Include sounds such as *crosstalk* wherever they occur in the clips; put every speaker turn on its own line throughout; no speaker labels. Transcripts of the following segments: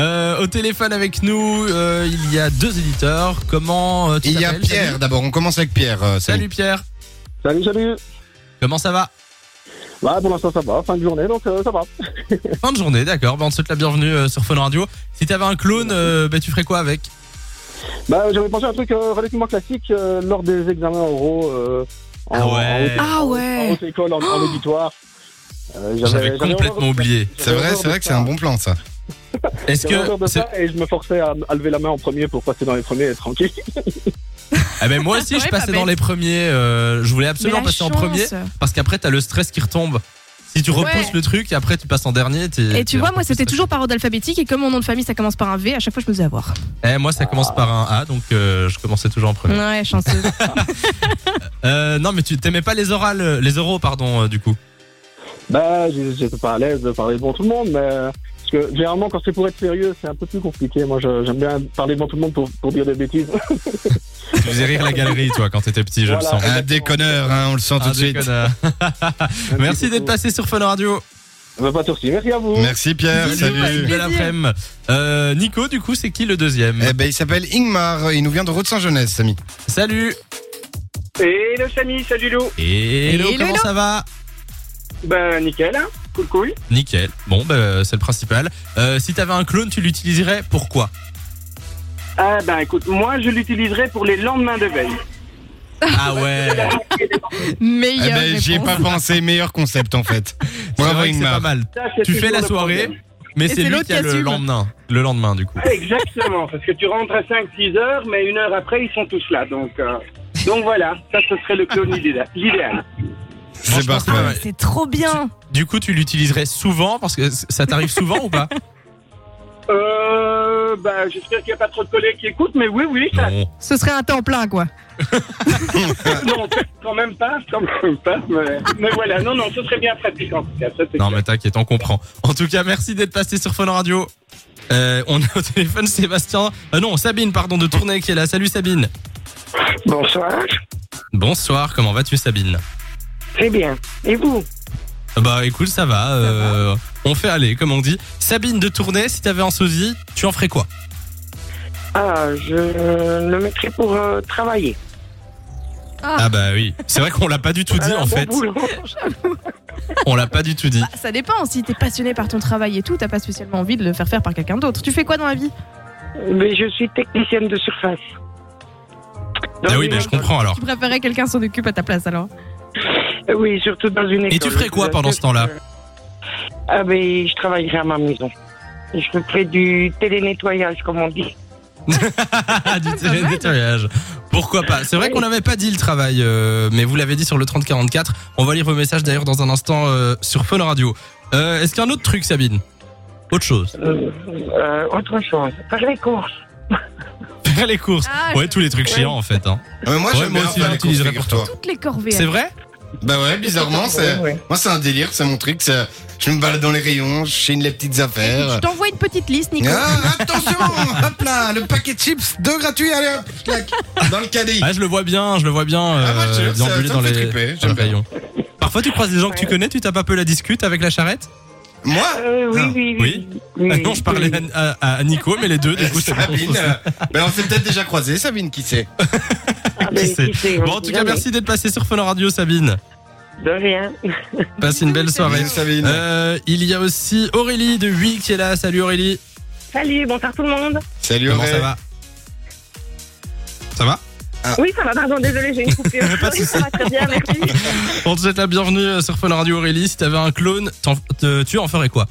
Euh, au téléphone avec nous, euh, il y a deux éditeurs. Comment euh, tu
Il y a
t'appelles
Pierre d'abord, on commence avec Pierre.
Salut,
euh, salut.
Salut, Pierre.
Salut, salut.
Comment ça va
Bah, pour l'instant, ça va. Fin de journée, donc euh, ça va.
Fin de journée, d'accord. Bah, on te souhaite la bienvenue euh, sur Fun Radio. Si t'avais un clone, euh, bah, tu ferais quoi avec
Bah, j'avais pensé à un truc euh, relativement classique euh, lors des examens oraux. Euh, en,
Ah ouais.
en haute-
Ah
En
ouais. Oh.
haute école, en, en auditoire. Euh,
J'avais complètement
horreur de-
oublié.
j'avais
C'est vrai,
horreur
c'est
de
vrai que c'est
ça.
un bon plan ça.
Est-ce
J'avais horreur
que
de
c'est-
ça et je me forçais à, à lever la main en premier pour passer dans les premiers et être tranquille. *laughs*
Ah, ben, moi aussi
Ouais,
je
pas
passais dans
bête.
les premiers. euh, je voulais absolument passer en premier parce qu'après t'as le stress qui retombe. Si tu repousses
Ouais.
le truc, après tu passes en dernier. t'es-
Et
t'es
tu vois,
encore
moi,
plus
c'était
stressé.
toujours par ordre alphabétique. Et comme mon nom de famille, ça commence par un V, à chaque fois, je me faisais avoir.
Eh, moi ça commence par un A, donc euh, je commençais toujours en premier.
Ouais, *laughs* chanceuse. Mm.
Euh, non, mais tu t'aimais pas les orales, euh, les oraux, pardon, euh, du coup.
bah, j'ai- j'étais pas à l'aise de parler devant tout le monde, mais. euh, Parce que généralement, quand c'est pour être sérieux, c'est un peu plus compliqué. Moi, je- j'aime bien parler devant tout le monde pour, pour dire des bêtises. *laughs*
Tu faisais rire la galerie, toi, quand t'étais petit, je le
Voilà.
sens.
Exactement.
Un déconneur, hein, on le sent tout
Ah,
de suite.
déconnard. Merci d'être passé sur Fun Radio.
Bah, pas de souci. Merci à vous.
Merci Pierre,
Salut, passe une
salut.
Belle après-midi. Euh, Nico, du coup, c'est qui le deuxième
Eh ben, il s'appelle Ingmar, il nous vient de Rode saint jeunesse Samy.
Salut.
Hello Samy, salut Lou.
Hello,
Hello,
comment
hello.
ça va
Bah nickel, hein. cool cool.
Nickel. Bon, bah, c'est le principal. Euh, si t'avais un clone, tu l'utiliserais.
*laughs*
Pourquoi
Ah bah écoute, moi je l'utiliserai pour les lendemains de veille.
Ah ouais.
Eh
Meilleure
ben, j'y ai
réponse.
pas pensé, meilleur concept en fait.
*laughs* C'est
Bravo
vrai que c'est pas
Ingmar.
mal.
Ça, c'est
Tu
toujours
fais la
le
soirée,
problème.
mais
Et
c'est
c'est
lui
l'autre
qui a
qui
le
assume.
lendemain. Le lendemain, du coup.
*laughs* Exactement, parce que tu rentres à 5-6 heures, mais une heure après ils sont tous là. Donc, euh, donc voilà, ça ce serait le clone idéal. l'idéal.
C'est
Franchement, pas
parfait.
mal.
C'est trop bien.
Du coup, tu l'utiliserais souvent parce que ça t'arrive souvent ou
*laughs*
pas
Euh, bah j'espère qu'il n'y a pas trop de collègues qui écoutent, mais oui oui,
*laughs*
ça,
Non.
Ce serait un temps plein, quoi.
non quand même pas, quand même pas. Mais, mais voilà, non non, ce serait bien pratique en tout cas. ça, c'est
Non,
clair.
mais t'inquiète, on comprend. En tout cas, merci d'être passé sur Fun Radio. Euh, on a au téléphone *laughs* Sébastien. euh, non, Sabine, pardon, de Tournai qui est là. Salut Sabine.
Bonsoir.
Bonsoir, comment vas-tu Sabine
Très bien. Et vous
Euh, Bah écoute, ça va. euh, On fait aller, comme on dit. Sabine de Tournai, si t'avais un sosie, tu en ferais quoi
Ah, je le mettrai pour euh, travailler.
Ah bah oui. C'est vrai qu'on l'a pas du tout dit
Alors,
en
bon
fait.
boulot.
On l'a pas du tout dit. Ah
Bah, ça dépend. Si t'es passionné par ton travail et tout, t'as pas spécialement envie de le faire faire par quelqu'un d'autre. Tu fais quoi dans la vie
Mais je suis technicienne de surface. Dans
Ah oui,
une
bah je
école.
comprends alors.
Tu préférais quelqu'un s'en occupe à ta place, alors
Oui, surtout dans une école.
tu ferais quoi pendant ce temps-là
Ah ben, je travaillerai à ma maison. Je ferai du télénettoyage, comme on dit.
Ah, du télénettoyage. Pourquoi pas C'est vrai qu'on n'avait pas dit le travail, euh, mais vous l'avez dit sur le 3044. On va lire vos messages d'ailleurs dans un instant euh, sur Fun Radio. Euh, Est-ce qu'il y a un autre truc, Sabine Autre chose.
Euh, euh, autre chose. Faire les courses.
*laughs* Faire les courses.
Ah,
Ouais, tous les trucs chiants en fait. hein.
Ah, mais moi,
Ouais,
j'aime
moi
bien
aussi,
faire les courses,
j'utiliserai pour
figure-toi.
toutes les corvées.
C'est vrai
Bah ouais, bizarrement, c'est.
Oui, oui.
Moi, c'est un délire, c'est mon truc. c'est- Je me balade dans les rayons, je chine les petites
Je
affaires.
t'envoie une petite liste, Nico.
Ah, attention Hop là, le paquet de chips, deux gratuits, allez hop, clac, dans le caddie.
Ah, je le vois bien, je le vois bien
Ah, moi, je te
euh,
jure, ça-
déambuler
ça
dans
me fait
les
triper,
dans le
j'aime bien.
rayon. Parfois, tu croises des gens que tu connais, tu tapes un peu la discute avec la charrette
Moi
Euh, oui,
Ah,
oui,
oui.
oui,
Ah *laughs* Non, je parlais à, à- à Nico, mais les deux, du coup, c'est
Sabine,
bon.
euh, ben on s'est peut-être déjà croisé, Sabine, qui sait
Ah, ben,
Qui sait
qui sait,
Bon,
on
en tout
sait
cas,
jamais.
merci d'être passé sur Fun Radio, Sabine.
De rien.
Passe une belle soirée.
Bisous, Sabine.
Ah, Euh, il y a aussi Aurélie de 8 qui est là. Salut Aurélie.
Salut, bonsoir tout le monde.
Salut,
Comment
Auré.
ça va Ça va
Oui, ça va, Ah, bah, pardon, désolé, j'ai
*laughs*
une coupure.
Pas de
Oui, ça va très bien, merci.
On te souhaite la bienvenue euh, sur Fun Radio Aurélie. Si t'avais un clone, t'en- te- tu en ferais quoi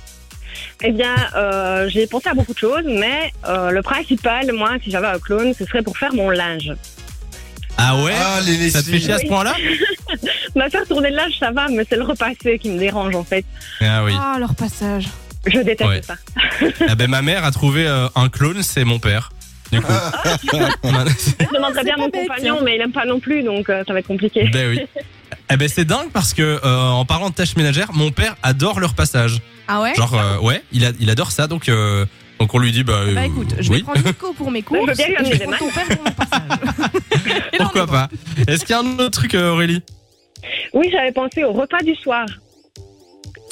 Eh bien, euh, j'ai pensé à beaucoup de choses, mais euh, le principal, moi, si j'avais un clone, ce serait pour faire mon linge.
Ah ouais
Ah, les
Ça te fait chier
lessives.
à ce point-là
Ma faire tourner le linge, ça va, mais c'est le repasser qui me dérange, en fait.
Ah oui.
Ah, leur passage.
Je déteste
Ouais.
ça.
Ah ben ma mère a trouvé euh, un clone, c'est mon père. Du coup.
Je demanderais bien à
pas
mon
bête,
compagnon,
hein.
mais il aime pas non plus, donc euh, ça va être compliqué.
ben oui. Eh ben c'est dingue parce que euh, en parlant de tâches ménagères, mon père adore leur passage.
Ah ouais
Genre euh, ouais, il, a- il adore ça donc euh, donc on lui dit bah, euh,
Bah écoute, je
oui.
vais prendre Nico pour
*laughs*
mes cours.
Je veux bien lui amener des
ton père pour mon *laughs* passage. Et là, on
Pourquoi
est bon.
pas Est-ce qu'il y a un autre truc euh, Aurélie
Oui, j'avais pensé au repas du soir.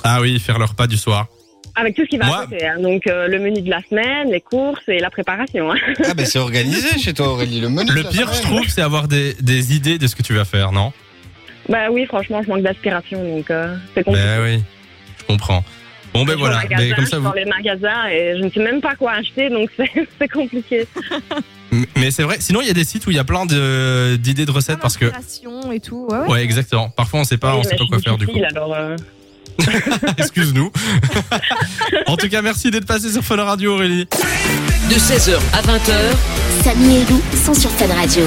Ah oui, faire leur pas du soir.
Avec tout ce qui va
Moi-
à côté. hein. Donc, euh, le menu de la semaine, les courses et la préparation. hein.
Ah, ben c'est organisé chez toi, Aurélie. Le menu.
Le
ça
pire,
va,
je trouve, c'est avoir des, des idées de ce que tu vas faire, non
Bah oui, franchement, je manque d'aspiration, donc euh, c'est compliqué.
Ben oui, je comprends. Bon, ben
Je vais au
voilà.
magasin,
Mais comme
je
ça,
vais
vous...
dans les magasins et je ne sais même pas quoi acheter, donc *laughs* c'est c'est compliqué.
M- Mais c'est vrai. Sinon, il y a des sites où il y a plein de- d'idées de, recettes parce que.
L'inspiration et tout. Ouais, ouais.
Ouais, exactement. Parfois, on sait pas, on
Ah, Oui,
sait
mais
pas
je
quoi
suis
faire du coup.
difficile, alors, euh,
*laughs*
*laughs*
Excuse-nous. en tout cas, merci d'être passé sur Fun Radio, Aurélie.
De 16h à 20h,
Samy et Lou sont sur Fun Radio.